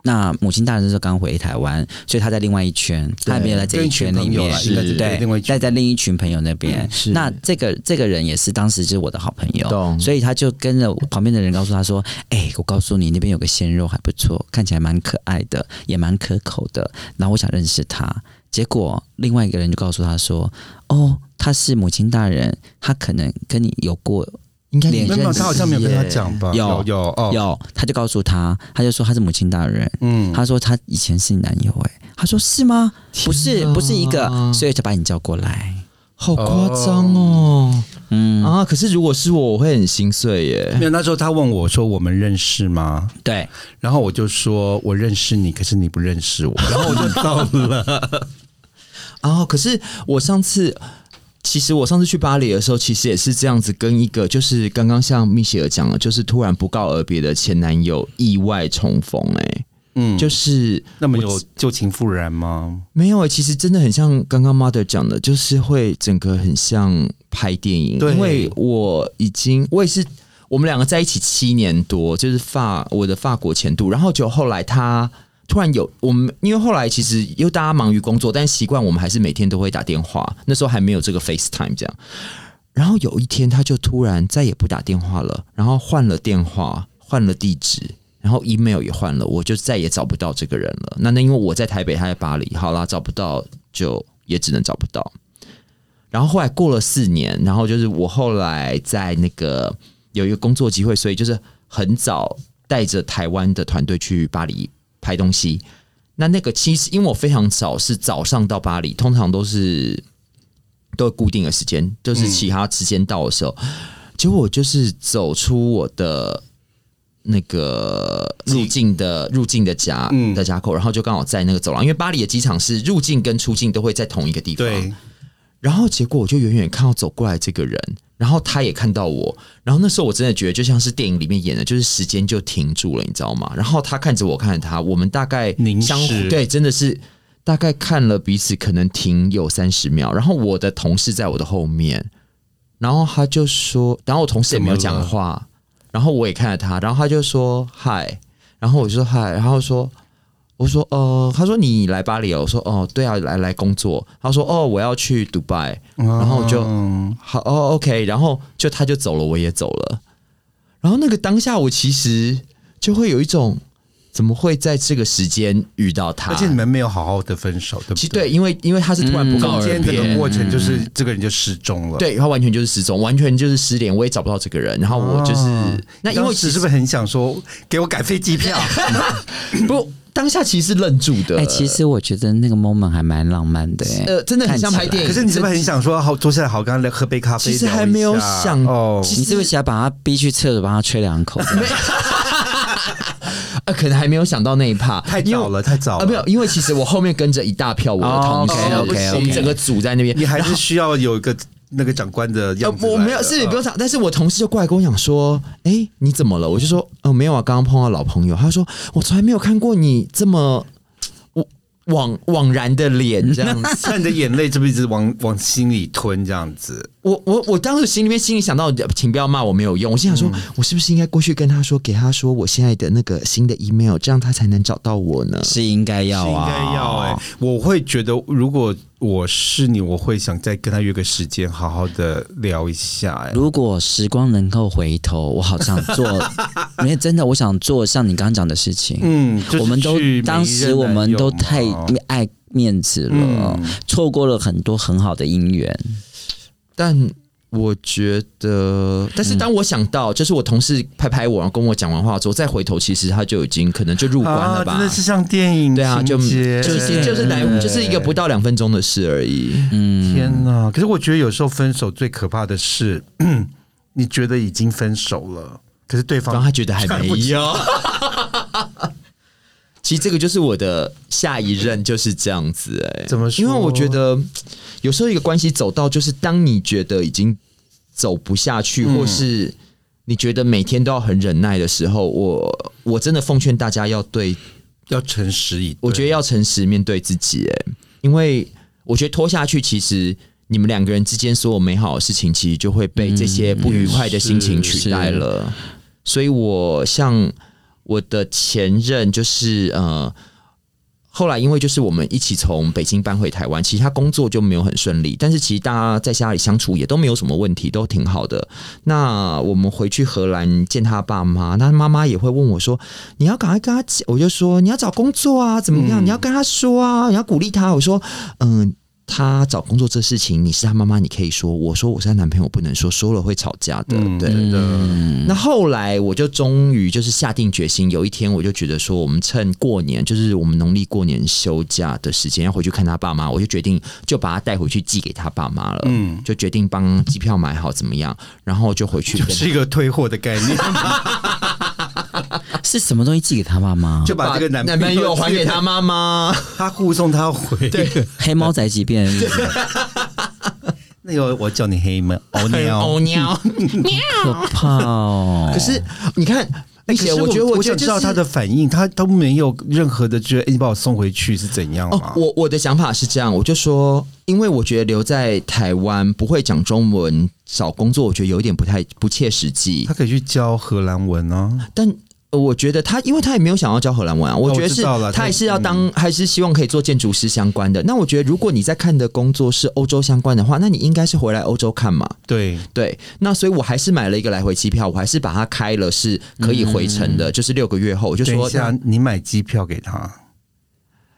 [SPEAKER 2] 那母亲大人是刚回台湾，所以他在另外一圈，他也没有在这
[SPEAKER 1] 跟一群
[SPEAKER 2] 圈里
[SPEAKER 1] 朋友
[SPEAKER 2] 面
[SPEAKER 1] 啦，应该是
[SPEAKER 2] 对，
[SPEAKER 1] 另外一群嗯
[SPEAKER 2] 在在另一群朋友那边。
[SPEAKER 3] 是
[SPEAKER 2] 那这个这个人也是当时就是我的好朋友，
[SPEAKER 3] 懂
[SPEAKER 2] 所以他就跟着旁边的人告诉他说：“哎、我告诉你，那边有个鲜肉还不错，看起来蛮可爱的，也蛮可口的。然后我想认识他。”结果另外一个人就告诉他说：“哦，他是母亲大人，他可能跟你有过
[SPEAKER 3] 应该
[SPEAKER 2] 脸
[SPEAKER 1] 没有，没有他好像没有跟他讲吧？
[SPEAKER 2] 有
[SPEAKER 1] 有哦，
[SPEAKER 2] 有。”他就告诉他，他就说他是母亲大人，
[SPEAKER 1] 嗯，
[SPEAKER 2] 他说他以前是你男友、欸，他说是吗？不是，不是一个，所以才把你叫过来。
[SPEAKER 3] 啊好夸张哦
[SPEAKER 2] 嗯，
[SPEAKER 3] 啊！可是如果是我，我会很心碎耶。
[SPEAKER 1] 没有。那时候他问我说：“我们认识吗
[SPEAKER 2] 对，？”
[SPEAKER 1] 然后我就说：“我认识你，可是你不认识我。”然后我就到了，
[SPEAKER 3] 然啊后可是我上次。其实我上次去巴黎的时候，其实也是这样子，跟一个就是刚刚像蜜雪儿讲了，就是突然不告而别的前男友意外重逢、哎，
[SPEAKER 1] 嗯，就
[SPEAKER 3] 就是
[SPEAKER 1] 那么有旧情复燃吗？
[SPEAKER 3] 没有、欸，其实真的很像刚刚 mother 讲的，就是会整个很像拍电影，
[SPEAKER 1] 对
[SPEAKER 3] 因为我已经我也是我们两个在一起七年多，就是法我的法国前度，然后就后来他。突然有我们，因为后来其实因为大家忙于工作，但习惯我们还是每天都会打电话。那时候还没有这个 FaceTime 这样，然后有一天他就突然再也不打电话了，然后换了电话，换了地址，然后 email 也换了，我就再也找不到这个人了。那那因为我在台北，他在巴黎，好啦，找不到就也只能找不到。然后后来过了四年，然后就是我后来在那个有一个工作机会，所以就是很早带着台湾的团队去巴黎拍东西。那那个其实因为我非常早，是早上到巴黎，通常都是都有固定的时间，就是其他时间到的时候，结果我就是走出我的那个入境的入境的闸
[SPEAKER 1] 嗯
[SPEAKER 3] 的闸口，然后就刚好在那个走廊，因为巴黎的机场是入境跟出境都会在同一个地方，
[SPEAKER 1] 对，
[SPEAKER 3] 然后结果我就远远看到走过来这个人，然后他也看到我，然后那时候我真的觉得就像是电影里面演的，就是时间就停住了，你知道吗？然后他看着我，看着他，我们大概
[SPEAKER 1] 凝
[SPEAKER 3] 相互
[SPEAKER 1] 视
[SPEAKER 3] 对，真的是大概看了彼此，可能停有三十秒。然后我的同事在我的后面，然后他就说，然后我同事也没有
[SPEAKER 1] 怎么
[SPEAKER 3] 讲
[SPEAKER 1] 了
[SPEAKER 3] 话，然后我也看着他，然后他就说嗨，然后我就说嗨，然后说我说哦，他说你来巴黎哦，我说哦，对啊，来来工作。他说哦，我要去迪拜，然后就
[SPEAKER 1] 嗯
[SPEAKER 3] 好哦，OK，然后就他就走了，我也走了。然后那个当下，我其实就会有一种怎么会在这个时间遇到他？
[SPEAKER 1] 而且你们没有好好的分手，对
[SPEAKER 3] 其
[SPEAKER 1] 不
[SPEAKER 3] 对，？因为因为他是突然不
[SPEAKER 1] 嗯
[SPEAKER 3] 告
[SPEAKER 1] 中
[SPEAKER 3] 而
[SPEAKER 1] 间
[SPEAKER 3] 别，
[SPEAKER 1] 整个过程就是这个人就失踪了。，
[SPEAKER 3] 对他完全就是失踪，完全就是失联，我也找不到这个人。然后我就是、那因为其
[SPEAKER 1] 是
[SPEAKER 3] 实
[SPEAKER 1] 不是很想说给我改飞机票？
[SPEAKER 3] 不当下其实是愣住的，
[SPEAKER 2] 哎、其实我觉得那个 moment 还蛮浪漫的、哎
[SPEAKER 3] 呃真的很像拍电影，
[SPEAKER 1] 可是你是不是很想说好坐下来好，刚刚喝杯咖啡？
[SPEAKER 3] 其实
[SPEAKER 1] 聊一
[SPEAKER 3] 还没有
[SPEAKER 1] 下
[SPEAKER 3] 想
[SPEAKER 1] 哦，
[SPEAKER 3] 其实
[SPEAKER 2] 你是不是想把他逼去厕所，帮他吹两口？
[SPEAKER 3] 呃可能还没有想到那一趴，
[SPEAKER 1] 太早了，太早
[SPEAKER 3] 啊，
[SPEAKER 1] 了，
[SPEAKER 3] 没有，因为其实我后面跟着一大票我的同事，
[SPEAKER 2] 哦，OK，OK，OK
[SPEAKER 3] 我们整个组在那边。
[SPEAKER 1] 你还是需要有一个那个长官的
[SPEAKER 3] 呃
[SPEAKER 1] 样，子来的。
[SPEAKER 3] 我没有，是你不用
[SPEAKER 1] 嗯
[SPEAKER 3] 想，但是我同事就过来跟我讲说：“哎、你怎么了？”我就说：“哦，没有啊，刚刚碰到老朋友。”他说：“我从来没有看过你这么我惘惘然 的脸这样子。
[SPEAKER 1] 那你的眼泪是不是一直往往心里吞这样子？
[SPEAKER 3] 我”我我当时心里面心里想到，呃请不要骂我没有用。我心想说，我是不是应该过去跟他说，给他说我现在的那个新的 email，这样他才能找到我呢？
[SPEAKER 2] 是应该要
[SPEAKER 1] 是应
[SPEAKER 2] 啊，
[SPEAKER 1] 该要哎、我会觉得，如果我是你，我会想再跟他约个时间，好好的聊一下、哎，
[SPEAKER 2] 如果时光能够回头，我好想 做，没有真的，我想做像你刚刚讲的事情。
[SPEAKER 1] 嗯，就是
[SPEAKER 2] 我们都
[SPEAKER 1] 去
[SPEAKER 2] 当时我们都太
[SPEAKER 1] 每一任男友嘛哦
[SPEAKER 2] 爱面子了
[SPEAKER 1] 嗯，
[SPEAKER 2] 错、过了很多很好的姻缘。
[SPEAKER 3] 但我觉得，但
[SPEAKER 1] 嗯
[SPEAKER 3] 是当我想到，就是我同事拍拍我，然后跟我讲完话之后，再回头，其实他就已经可能就入关
[SPEAKER 1] 啊，
[SPEAKER 3] 了吧。
[SPEAKER 1] 真的是像电影
[SPEAKER 3] 对啊，就
[SPEAKER 1] 情
[SPEAKER 3] 就
[SPEAKER 1] 节
[SPEAKER 3] 是就是来
[SPEAKER 1] 对
[SPEAKER 3] 就是一个不到两分钟的事而已。
[SPEAKER 2] 嗯，
[SPEAKER 1] 天哪！可是我觉得有时候分手最可怕的是， 你觉得已经分手了，可是对
[SPEAKER 3] 然
[SPEAKER 1] 方
[SPEAKER 3] 后他觉得还
[SPEAKER 1] 看
[SPEAKER 3] 没
[SPEAKER 1] 不起
[SPEAKER 3] 有。 其实这个就是我的下一任就是这样子哎、
[SPEAKER 1] 怎么说
[SPEAKER 3] 因为我觉得有时候一个关系走到就是当你觉得已经走不下去，
[SPEAKER 1] 嗯
[SPEAKER 3] 或是你觉得每天都要很忍耐的时候，我我真的奉劝大家要对
[SPEAKER 1] 要诚实以对，
[SPEAKER 3] 我觉得要诚实面对自己、欸，因为我觉得拖下去，其实你们两个人之间所有美好的事情，其实就会被这些不愉快的心情取代了。所以我像我的前任，就是呃。后来，因为就是我们一起从北京搬回台湾，其实他工作就没有很顺利，但是其实大家在家里相处也都没有什么问题，都挺好的。那我们回去荷兰见他爸妈，那妈妈也会问我说：“你要赶快跟他讲。”我就说：“你要找工作啊，怎么样？你要跟他说啊，你要鼓励他。”我说：“嗯。”他找工作这事情，你是他妈妈，你可以说。我说我是他男朋友，我不能说，说了会吵架的。
[SPEAKER 1] 嗯
[SPEAKER 3] 对，
[SPEAKER 1] 真的
[SPEAKER 3] 那后来我就终于就是下定决心，有一天我就觉得说，我们趁过年，就是我们农历过年休假的时间，要回去看他爸妈，我就决定就把他带回去寄给他爸妈了。
[SPEAKER 1] 嗯
[SPEAKER 3] 嗯，就决定帮机票买好怎么样，然后就回去跟
[SPEAKER 1] 是一个退货的概 念，
[SPEAKER 2] 是什么东西寄给他妈妈？
[SPEAKER 1] 就把这个男
[SPEAKER 3] 男朋友还给他，妈妈。
[SPEAKER 1] 他护送他回。对，
[SPEAKER 2] 黑猫宅 急便，
[SPEAKER 1] 那个我叫你黑吗？哦，你
[SPEAKER 3] 哦
[SPEAKER 1] 哦。
[SPEAKER 3] 喵！
[SPEAKER 2] 可怕哦！
[SPEAKER 3] 可是你看，而
[SPEAKER 1] 哎可是
[SPEAKER 3] 且我觉得，
[SPEAKER 1] 我
[SPEAKER 3] 觉
[SPEAKER 1] 想
[SPEAKER 3] 得
[SPEAKER 1] 知道
[SPEAKER 3] 就是
[SPEAKER 1] 他的反应，他都没有任何的觉得，哎、你把我送回去是怎样啊
[SPEAKER 3] 哦
[SPEAKER 1] 嘛，？
[SPEAKER 3] 我我的想法是这样，我就说，因为我觉得留在台湾不会讲中文找工作，我觉得有一点不太不切实际
[SPEAKER 1] 他。可以去教荷兰文啊。
[SPEAKER 3] 但呃我觉得他，因为他也没有想要教荷兰文啊，我觉得是
[SPEAKER 1] 我知道了
[SPEAKER 3] 他还是要
[SPEAKER 1] 他嗯
[SPEAKER 3] 当，还是希望可以做建筑师相关的。那我觉得，如果你在看的工作是欧洲相关的话，那你应该是回来欧洲看嘛。
[SPEAKER 1] 对，
[SPEAKER 3] 对，那所以我还是买了一个来回机票，我还是把它开了，是可以回程的，就是六个月后，我就
[SPEAKER 1] 嗯等
[SPEAKER 3] 说
[SPEAKER 1] 一下，你买机票给他。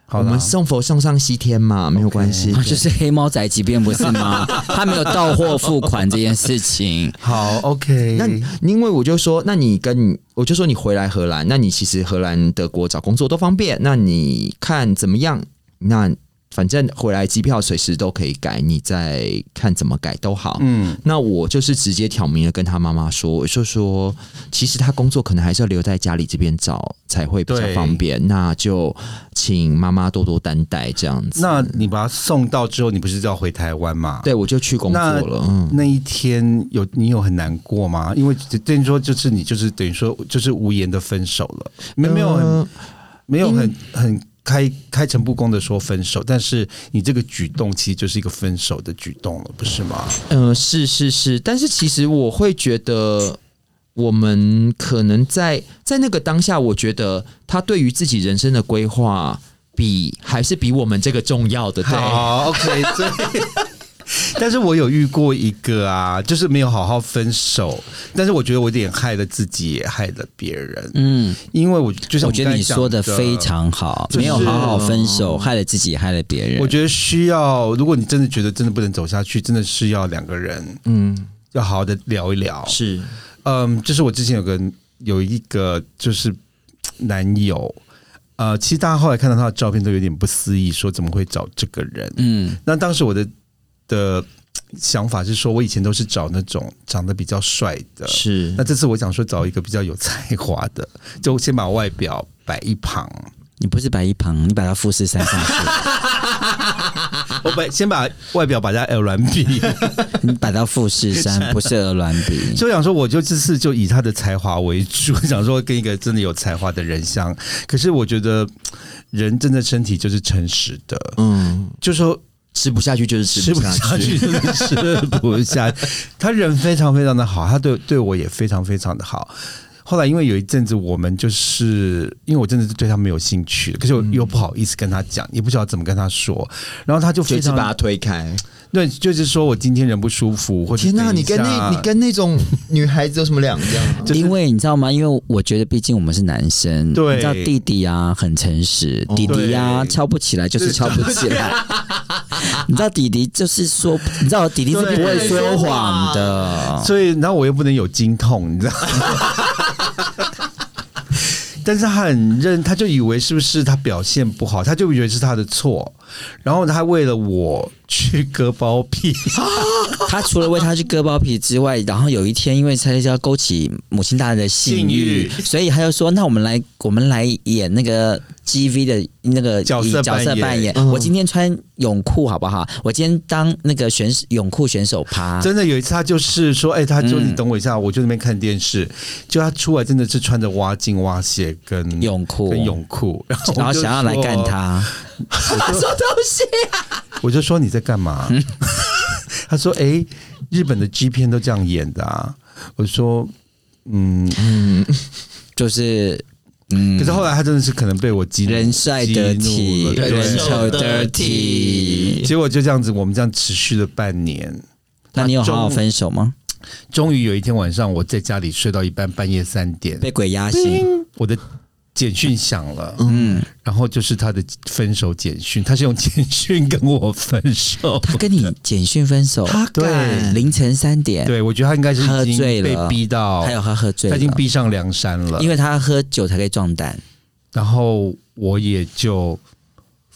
[SPEAKER 1] 好
[SPEAKER 3] 我
[SPEAKER 1] 啦
[SPEAKER 3] 们送佛送上西天嘛，没有关系。
[SPEAKER 2] 啊，就是黑猫宅急便不是 吗？他没有到货付款这件事情，
[SPEAKER 1] 好，OK。
[SPEAKER 3] 那你因为我就说，那你跟你，我就说你回来荷兰，那你其实荷兰、德国找工作都方便，那你看怎么样？那反正回来机票随时都可以改，你再看怎么改都好。
[SPEAKER 1] 嗯，
[SPEAKER 3] 那我就是直接挑明了跟他妈妈说，我就说，其实他工作可能还是要留在家里这边找才会比较
[SPEAKER 1] 对
[SPEAKER 3] 方便，那就请妈妈多多担待这样子。
[SPEAKER 1] 那你把他送到之后，你不是就要回台湾吗？
[SPEAKER 3] 对我就去工作
[SPEAKER 1] 那
[SPEAKER 3] 了，嗯。
[SPEAKER 1] 那一天有你有很难过吗？因为等于说就是你就是等于说就是无言的分手了，没没有很、
[SPEAKER 3] 呃
[SPEAKER 1] 没有很很开开诚布公的说分手，但是你这个举动其实就是一个分手的举动了，不是吗？
[SPEAKER 3] 嗯，是是是，但是其实我会觉得，我们可能在在那个当下，我觉得他对于自己人生的规划比，还是比我们这个重要的。对，
[SPEAKER 1] 好，OK，所以。 但是我有遇过一个啊，就是没有好好分手，但是我觉得我有点害了自己，也害了别人，
[SPEAKER 2] 嗯，
[SPEAKER 1] 因为我就像
[SPEAKER 2] 我觉得
[SPEAKER 1] 刚才
[SPEAKER 2] 你说
[SPEAKER 1] 讲的
[SPEAKER 2] 的非常好，
[SPEAKER 1] 就是
[SPEAKER 2] 没有好好分手，害了自己，害了别人。
[SPEAKER 1] 我觉得需要，如果你真的觉得真的不能走下去，真的是要两个人
[SPEAKER 3] 嗯，
[SPEAKER 1] 要好好的聊一聊。
[SPEAKER 3] 是，
[SPEAKER 1] 嗯，就是我之前有个有一个就是男友，呃，其实大家后来看到他的照片都有点不思议，说怎么会找这个人？
[SPEAKER 2] 嗯，
[SPEAKER 1] 那当时我的的想法是说，我以前都是找那种长得比较帅的，
[SPEAKER 3] 是
[SPEAKER 1] 那这次我想说找一个比较有才华的，就先把外表摆一旁。
[SPEAKER 2] 你不是摆一旁，你把它富士山上去，
[SPEAKER 1] 我把先把外表把它 L 软 比，
[SPEAKER 2] 你摆到富士山，不是鹅卵比。
[SPEAKER 1] 就想说，我就这次就以他的才华为主， 想说跟一个真的有才华的人相。可是我觉得，人真的身体就是诚实的，
[SPEAKER 3] 嗯，
[SPEAKER 1] 就说
[SPEAKER 3] 吃不下去就是
[SPEAKER 1] 吃
[SPEAKER 3] 吃
[SPEAKER 1] 不
[SPEAKER 3] 下
[SPEAKER 1] 下去，真的吃不下 去。他人非常非常的好，他对对我也非常非常的好。后来因为有一阵子，我们就是因为我真的是对他没有兴趣，可是我
[SPEAKER 3] 嗯
[SPEAKER 1] 又不好意思跟他讲，也不知道怎么跟他说，然后他就
[SPEAKER 3] 就
[SPEAKER 1] 非
[SPEAKER 3] 一直
[SPEAKER 1] 常
[SPEAKER 3] 把它推开。
[SPEAKER 1] 对，就是说我今天人不舒服，或者
[SPEAKER 3] 天哪、
[SPEAKER 1] 哪，
[SPEAKER 3] 你跟那你跟那种女孩子有什么两 样？
[SPEAKER 1] 就是
[SPEAKER 2] 因为你知道吗？因为我觉得，毕竟我们是男生，
[SPEAKER 1] 对
[SPEAKER 2] 你知道弟弟啊很诚实，弟弟啊
[SPEAKER 1] 对
[SPEAKER 2] 敲不起来就是敲不起来。你知道弟弟就是说，你知道弟弟是不会说谎的。
[SPEAKER 1] 所以，然后我又不能有经痛，你知道吗？ 但是他很认，他就以为是不是他表现不好，他就以为是他的错，然后他为了我去割包皮，
[SPEAKER 2] 他除了为他去割包皮之外，然后有一天因为他要勾起母亲大人的性欲，
[SPEAKER 1] 性
[SPEAKER 2] 所以他就说：“那我们来，我们来演那个 GV 的那个
[SPEAKER 1] 角色
[SPEAKER 2] 以角
[SPEAKER 1] 扮
[SPEAKER 2] 色
[SPEAKER 1] 演
[SPEAKER 2] 扮演。
[SPEAKER 3] 嗯
[SPEAKER 2] 我今天穿泳裤好不好？我今天当那个选手泳裤选手趴。”
[SPEAKER 1] 真的有一次他就是说，哎、他就
[SPEAKER 2] 嗯
[SPEAKER 1] 你等我一下，我就在那边看电视，就他出来真的是穿着蛙镜、蛙鞋跟
[SPEAKER 2] 泳裤
[SPEAKER 1] 跟泳裤，然后我
[SPEAKER 2] 然后
[SPEAKER 1] 就
[SPEAKER 2] 想要来
[SPEAKER 1] 说
[SPEAKER 2] 干他，
[SPEAKER 1] 我就说你在干嘛？ 他说：“哎、日本的 G 片都这样演的啊。”我说：“嗯。
[SPEAKER 2] 就是嗯，”
[SPEAKER 1] 可是后来他真的是可能被我激怒
[SPEAKER 2] 人帅得
[SPEAKER 1] 激
[SPEAKER 2] 体，
[SPEAKER 1] 怒了
[SPEAKER 2] 人
[SPEAKER 1] 对。
[SPEAKER 2] 丑得体。
[SPEAKER 1] 结果就这样子，我们这样持续了半年。
[SPEAKER 2] 那你有好好分手吗？
[SPEAKER 1] 终于有一天晚上，我在家里睡到一半，半夜三点，
[SPEAKER 2] 被鬼压醒，
[SPEAKER 1] 我的简讯响了，
[SPEAKER 2] 嗯，
[SPEAKER 1] 然后就是他的分手简讯，他是用简讯跟我分手。
[SPEAKER 2] 他跟你简讯分手，
[SPEAKER 3] 他敢
[SPEAKER 2] 凌晨三点，
[SPEAKER 1] 对，我觉得他应该是
[SPEAKER 2] 喝
[SPEAKER 1] 已经
[SPEAKER 2] 醉
[SPEAKER 1] 被
[SPEAKER 2] 了
[SPEAKER 1] 逼到
[SPEAKER 2] 还，有他喝醉
[SPEAKER 1] 他
[SPEAKER 2] 了
[SPEAKER 1] 已，经逼上梁山了。
[SPEAKER 2] 因为他喝酒才可以壮胆。
[SPEAKER 1] 然后我也就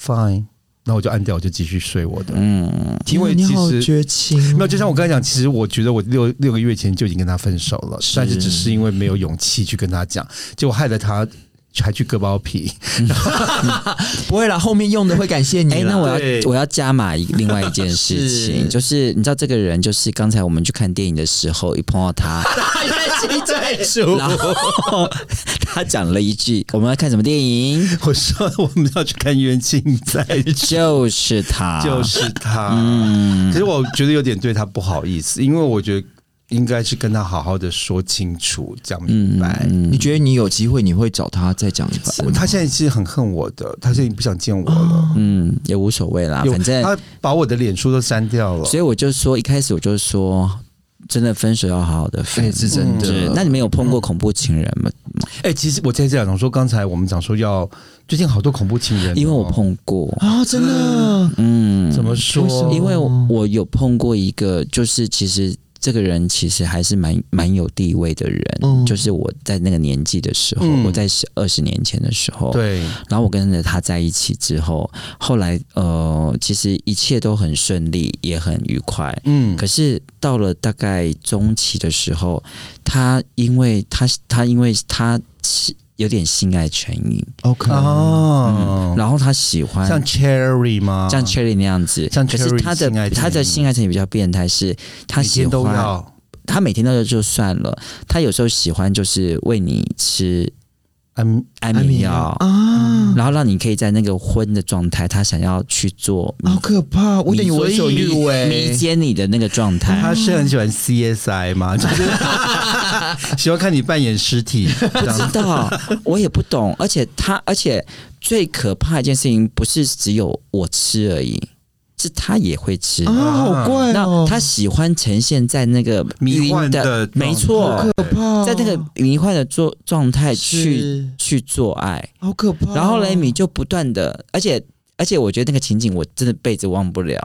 [SPEAKER 1] fine，那我就按掉，我就继续睡我的。
[SPEAKER 2] 嗯，
[SPEAKER 1] 因为
[SPEAKER 3] 天
[SPEAKER 1] 其
[SPEAKER 3] 哪你好
[SPEAKER 1] 实
[SPEAKER 3] 绝情哦，
[SPEAKER 1] 没有，就像我刚才讲，其实我觉得我六六个月前就已经跟他分手了，
[SPEAKER 3] 是
[SPEAKER 1] 但是只是因为没有勇气去跟他讲，结果害得他还去割包皮。
[SPEAKER 3] 不会啦，后面用的会感谢你啦。
[SPEAKER 2] 哎， 那我
[SPEAKER 1] 对
[SPEAKER 2] 要我要加码一另外一 件事情，
[SPEAKER 3] 是
[SPEAKER 2] 就是你知道这个人，就是刚才我们去看电影的时候，一碰到 他，
[SPEAKER 3] 我最熟
[SPEAKER 2] 然后他讲了一句：“我们要看什么电影？”
[SPEAKER 1] 我说我们要去看冤亲债主，
[SPEAKER 2] 就是他，
[SPEAKER 1] 就是他。
[SPEAKER 2] 嗯
[SPEAKER 1] 可，是我觉得有点对他不好意思，因为我觉得应该是跟他好好的说清楚，讲明白。
[SPEAKER 2] 嗯
[SPEAKER 3] 你觉得你有机会你会找哦他哦再讲一次吗？
[SPEAKER 1] 他现在其实很恨我的，他现在不想见我了，
[SPEAKER 2] 嗯，也无所谓啦，
[SPEAKER 1] 有
[SPEAKER 2] 反正，
[SPEAKER 1] 他把我的脸书都删掉了。
[SPEAKER 2] 嗯所以我就说，一开始我就说，真的分手要好好的分
[SPEAKER 3] 哎，。是真的。
[SPEAKER 2] 对，那你们有碰过恐怖情人吗？
[SPEAKER 1] 哎、其实我在这样讲说，刚才我们讲说要最近好多恐怖情人哦、
[SPEAKER 2] 因为我碰过，
[SPEAKER 3] 啊，真的，
[SPEAKER 2] 嗯，
[SPEAKER 1] 怎么说？
[SPEAKER 2] 因为我有碰过一个，就是其实。这个人其实还是蛮蛮有地位的人，
[SPEAKER 3] 嗯
[SPEAKER 2] 就是我在那个年纪的时候，
[SPEAKER 1] 嗯
[SPEAKER 2] 我在十二十年前的时候，
[SPEAKER 1] 对，
[SPEAKER 2] 然后我跟着他在一起之后，后来呃，其实一切都很顺利，也很愉快。
[SPEAKER 1] 嗯，
[SPEAKER 2] 可是到了大概中期的时候，他因为他他因为他是有点性爱成瘾，
[SPEAKER 3] OK，
[SPEAKER 1] 哦，
[SPEAKER 2] 然嗯后他喜欢
[SPEAKER 1] 像 Cherry 吗？
[SPEAKER 2] 像 Cherry 那样子，
[SPEAKER 1] 啊像
[SPEAKER 2] 可是
[SPEAKER 1] Cherry
[SPEAKER 2] 他的
[SPEAKER 1] 性爱成瘾
[SPEAKER 2] 他的性爱成瘾比较变态，是他
[SPEAKER 1] 每
[SPEAKER 2] 喜
[SPEAKER 1] 天都
[SPEAKER 2] 欢
[SPEAKER 1] 要
[SPEAKER 2] 他每天都要就算了，他有时候喜欢就是喂你吃
[SPEAKER 1] 嗯，
[SPEAKER 2] 安
[SPEAKER 3] 安
[SPEAKER 2] 眠
[SPEAKER 3] 眠药
[SPEAKER 2] 药。
[SPEAKER 3] 啊，
[SPEAKER 2] 然后让你可以在那个昏的状态，他想要去做
[SPEAKER 1] 啊
[SPEAKER 2] 迷
[SPEAKER 3] 好可怕！我等于为所欲
[SPEAKER 2] 迷
[SPEAKER 3] 为，
[SPEAKER 2] 奸你的那个状态，
[SPEAKER 1] 哎他是很喜欢 CSI 吗？就是 喜欢看你扮演尸 体，这
[SPEAKER 2] 不
[SPEAKER 1] 样
[SPEAKER 2] 知道，啊 我也不懂。而且他，而且最可怕的一件事情，不是只有我吃而已，是他也会吃。
[SPEAKER 3] 啊，好怪哦
[SPEAKER 2] 那！他喜欢呈现在那个
[SPEAKER 1] 迷幻
[SPEAKER 2] 晕
[SPEAKER 1] 的状，
[SPEAKER 2] 的
[SPEAKER 1] 态
[SPEAKER 2] 没
[SPEAKER 3] 好
[SPEAKER 2] 错
[SPEAKER 3] 可，怕哦，
[SPEAKER 2] 在那个迷幻的做状态去
[SPEAKER 3] 是
[SPEAKER 2] 去做爱，
[SPEAKER 3] 好可怕哦。
[SPEAKER 2] 然后雷米就不断的，而且而且我觉得那个情景我真的辈子忘不了。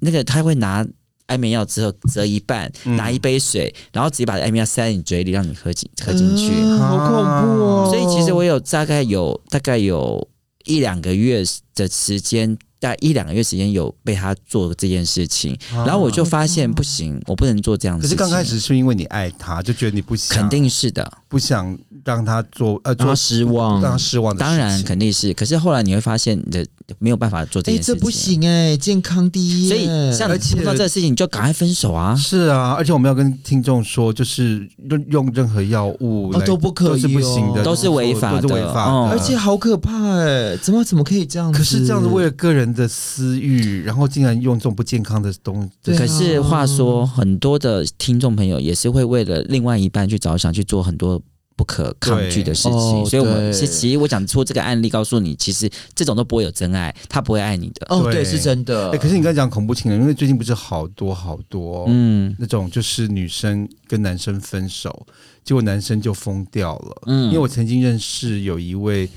[SPEAKER 2] 那个他会拿安眠药之后折一半，
[SPEAKER 1] 嗯
[SPEAKER 2] 拿一杯水，然后直接把安眠药塞你嘴里，让你喝进喝进去。
[SPEAKER 3] 啊好恐怖哦！
[SPEAKER 2] 所以其实我有大概有大概有一两个月的时间，大概一两个月时间有被他做这件事情，然后我就发现不行，我不能做这样
[SPEAKER 1] 啊
[SPEAKER 2] 的
[SPEAKER 1] 可
[SPEAKER 2] 事
[SPEAKER 1] 是
[SPEAKER 2] 情。
[SPEAKER 1] 刚开始是因为你爱他，就觉得你不想，
[SPEAKER 2] 肯定是的，
[SPEAKER 1] 不想让他做呃
[SPEAKER 3] 让
[SPEAKER 1] 做
[SPEAKER 3] 他失望，
[SPEAKER 1] 让他失望的事
[SPEAKER 2] 当
[SPEAKER 1] 情。
[SPEAKER 2] 然肯定是。可是后来你会发现，你的没有办法做这
[SPEAKER 3] 哎，
[SPEAKER 2] 件事
[SPEAKER 3] 这
[SPEAKER 2] 情。啊
[SPEAKER 3] 不行哎，健康第一
[SPEAKER 2] 所以
[SPEAKER 3] 耶。
[SPEAKER 2] 像你
[SPEAKER 1] 而且
[SPEAKER 2] 碰到这个事情，你就赶快分手啊！
[SPEAKER 1] 是啊，而且我们要跟听众说，就是用用任何药物
[SPEAKER 3] 哦
[SPEAKER 1] 来
[SPEAKER 3] 都不可以
[SPEAKER 1] 都是不行的，
[SPEAKER 3] 哦
[SPEAKER 2] 都是违法的
[SPEAKER 1] 都是违法
[SPEAKER 2] 嗯
[SPEAKER 1] 的。
[SPEAKER 3] 而且好可怕哎，怎么怎么可以这样子？
[SPEAKER 1] 可是这样子为了个人的私欲，然后竟然用这种不健康的东
[SPEAKER 3] 对
[SPEAKER 1] 西，
[SPEAKER 2] 可
[SPEAKER 3] 啊
[SPEAKER 2] 是话说，很多的听众朋友也是会为了另外一半去着想，去做很多不可抗拒的事
[SPEAKER 3] 对哦
[SPEAKER 2] 情。所以，我们
[SPEAKER 3] 对
[SPEAKER 2] 是其实我讲出这个案例，告诉你，其实这种都不会有真爱，他不会爱你的。
[SPEAKER 3] 哦，
[SPEAKER 1] 对
[SPEAKER 3] 对，是真的。
[SPEAKER 1] 哎，可是你刚才讲恐怖情人，因为最近不是好多好多
[SPEAKER 2] 嗯
[SPEAKER 1] 那种就是女生跟男生分手，结果男生就疯掉了。
[SPEAKER 2] 嗯，
[SPEAKER 1] 因为我曾经认识有一位，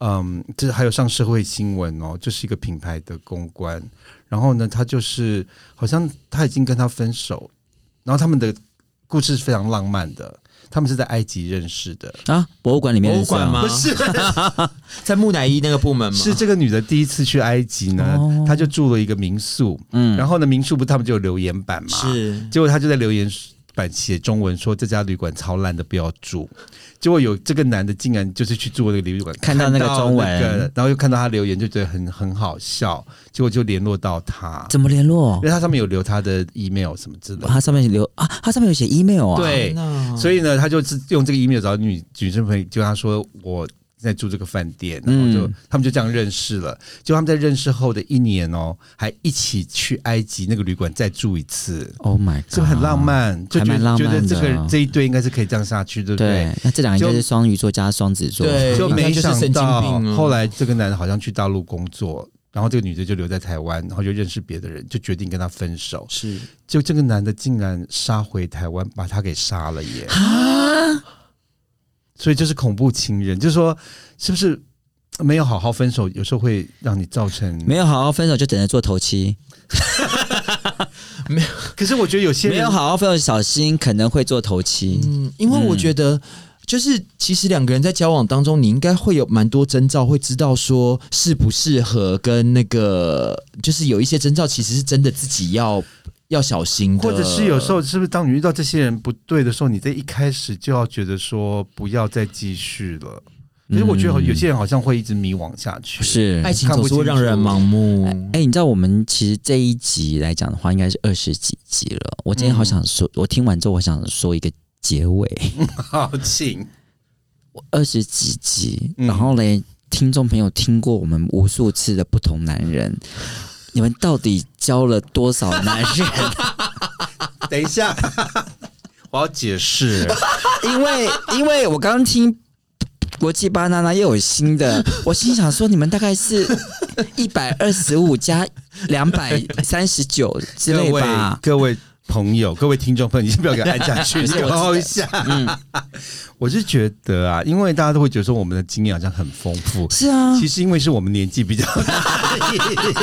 [SPEAKER 1] 嗯，这还有上社会新闻哦，就是一个品牌的公关。然后呢，他就是好像他已经跟他分手，然后他们的故事是非常浪漫的，他们是在埃及认识的，
[SPEAKER 2] 啊，博物馆里面
[SPEAKER 3] 博
[SPEAKER 2] 的
[SPEAKER 3] 物馆吗？
[SPEAKER 1] 不是
[SPEAKER 3] 在木乃伊那个部门吗？
[SPEAKER 1] 是这个女的第一次去埃及呢，
[SPEAKER 2] 哦
[SPEAKER 1] 她就住了一个民宿，
[SPEAKER 2] 嗯，
[SPEAKER 1] 然后呢，民宿不是他们就有留言板嘛，
[SPEAKER 3] 是
[SPEAKER 1] 结果他就在留言板写中文说这家旅馆超烂的，不要住。结果有这个男的竟然就是去住那个旅馆，
[SPEAKER 2] 看到那个中文
[SPEAKER 1] 看到那个然后又看到他留言，就觉得很很好笑，结果就联络到他，
[SPEAKER 2] 怎么联络啊
[SPEAKER 1] 因？为他上面有留他的 email 什么之类的。
[SPEAKER 2] 他上面留啊，他上面有写 email 啊。
[SPEAKER 1] 对
[SPEAKER 3] 天哪
[SPEAKER 1] 所以呢，他就是用这个 email 找女女生朋友，就跟他说我在住这个饭店，然后就、
[SPEAKER 2] 嗯
[SPEAKER 1] 他们就这样认识了。结果他们在认识后的一年哦，还一起去埃及那个旅馆再住一次。
[SPEAKER 2] ，Oh my god，
[SPEAKER 1] 是不是很浪？漫？就觉
[SPEAKER 2] 哦还蛮
[SPEAKER 1] 得
[SPEAKER 2] 浪
[SPEAKER 1] 觉得
[SPEAKER 2] 漫的
[SPEAKER 1] 这个这一对应该是可以这样下去，对不对
[SPEAKER 2] 对？，那这两个应该
[SPEAKER 1] 就是
[SPEAKER 2] 双鱼座加双子座。嗯
[SPEAKER 3] 对
[SPEAKER 1] 就没想
[SPEAKER 3] 应该就是神经
[SPEAKER 1] 到
[SPEAKER 3] 病哦
[SPEAKER 1] 后来这个男的好像去大陆工作，然后这个女的就留在台湾，然后就认识别的人，就决定跟他分手。
[SPEAKER 3] 是
[SPEAKER 1] 就这个男的竟然杀回台湾，把他给杀了耶！所以就是恐怖情人，就是说是不是没有好好分手，有时候会让你造成
[SPEAKER 2] 没有好好分手，就等着做头七；
[SPEAKER 1] 可是我觉得有些人
[SPEAKER 2] 没有好好分手，小心可能会做头七。
[SPEAKER 3] 嗯，因为我觉得。就是，其实两个人在交往当中，你应该会有蛮多征兆，会知道说适不适合，跟那个就是有一些征兆，其实是真的自己要要小心的，
[SPEAKER 1] 或者是有时候，是不是当你遇到这些人不对的时候，你在一开始就要觉得说不要再继续了？可是我觉得有些人好像会一直迷惘下去。，
[SPEAKER 2] 是，
[SPEAKER 3] 爱情
[SPEAKER 1] 看不
[SPEAKER 3] 总是会
[SPEAKER 1] 清
[SPEAKER 3] 让人
[SPEAKER 1] 楚
[SPEAKER 3] 盲目。
[SPEAKER 2] 哎、你知道我们其实这一集来讲的话，应该是二十几集了。我今天好想说，我听完之后，我想说一个结尾，
[SPEAKER 1] 好请
[SPEAKER 2] 二十几集，
[SPEAKER 1] 嗯
[SPEAKER 2] 然后嘞，听众朋友听过我们无数次的不同男人，你们到底交了多少男人？
[SPEAKER 1] 等一下， 我要解 释。
[SPEAKER 2] 因为因为我刚刚听。国际巴娜娜又有新的，我心想说你们大概是一百二十五加两百三十九之
[SPEAKER 1] 各
[SPEAKER 2] 类
[SPEAKER 1] 位
[SPEAKER 2] 吧，
[SPEAKER 1] 各位朋友、各位听众朋友，你先不要给他按下 去，
[SPEAKER 2] 不
[SPEAKER 1] 你
[SPEAKER 2] 是
[SPEAKER 1] 给
[SPEAKER 2] 我知嗯
[SPEAKER 1] 我一下。 我是觉得啊，因为大家都会觉得说我们的经验好像很丰富，
[SPEAKER 2] 是啊，
[SPEAKER 1] 其实因为是我们年纪比较大，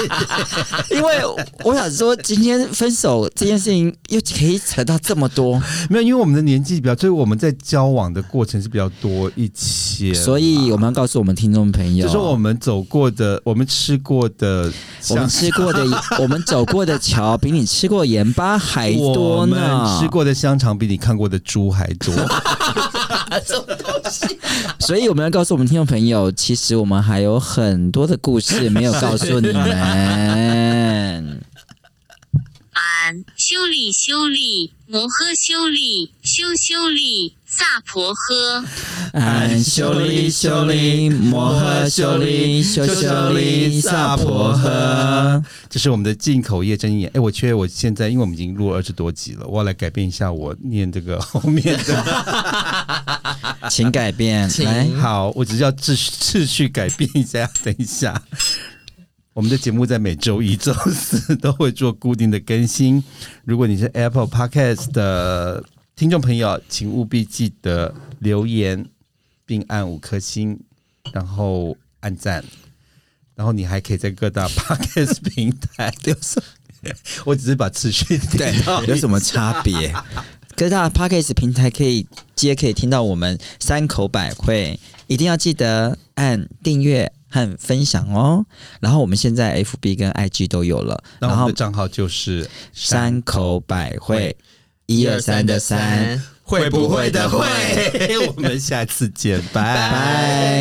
[SPEAKER 2] 因为我想说，今天分手这件事情又可以扯到这么多，
[SPEAKER 1] 没有，因为我们的年纪比较，所以我们在交往的过程是比较多一些，
[SPEAKER 2] 所以我们要告诉我们听众朋友，
[SPEAKER 1] 就是我们走过的、我们吃过的，
[SPEAKER 2] 我
[SPEAKER 1] 像
[SPEAKER 2] 们吃 过的、我们走过的桥，比你吃过盐巴还
[SPEAKER 1] 我
[SPEAKER 2] 多
[SPEAKER 1] 们
[SPEAKER 2] 呢。
[SPEAKER 1] 吃过的香肠比你看过的猪还 多。
[SPEAKER 2] 所以我们要告诉我们听众朋友，其实我们还有很多的故事没有告诉你 们。
[SPEAKER 4] 俺修理修理摩诃修理修修理萨婆诃。
[SPEAKER 2] 俺修理修理摩诃修理修修理萨婆诃。
[SPEAKER 1] 这是我们的进口业真言。哎，我觉得我现在，因为我们已经录了二十多集了，我要来改变一下我念这个后面的。
[SPEAKER 2] 请改变，
[SPEAKER 3] 请
[SPEAKER 2] 来，
[SPEAKER 1] 好，我只是要秩序秩序改变一下。等一下，我们的节目在每周一、周四都会做固定的更新。如果你是 Apple Podcast 的听众朋友，请务必记得留言并按五颗星，然后按赞。然后你还可以在各 大 podcast 平台留上。我只是把次序对
[SPEAKER 2] 有什么差别？各大 podcast 平台可以接可以听到我们三口百惠，一定要记得按订阅和分享哦。然后我们现在 FB 跟 IG 都有了，
[SPEAKER 1] 那我
[SPEAKER 2] 然
[SPEAKER 1] 们
[SPEAKER 2] 后
[SPEAKER 1] 的账号就是
[SPEAKER 2] 三口百惠，一二三
[SPEAKER 1] 哎
[SPEAKER 2] 的三，
[SPEAKER 3] 会不会的会。
[SPEAKER 1] 我们下次见，拜
[SPEAKER 2] 拜。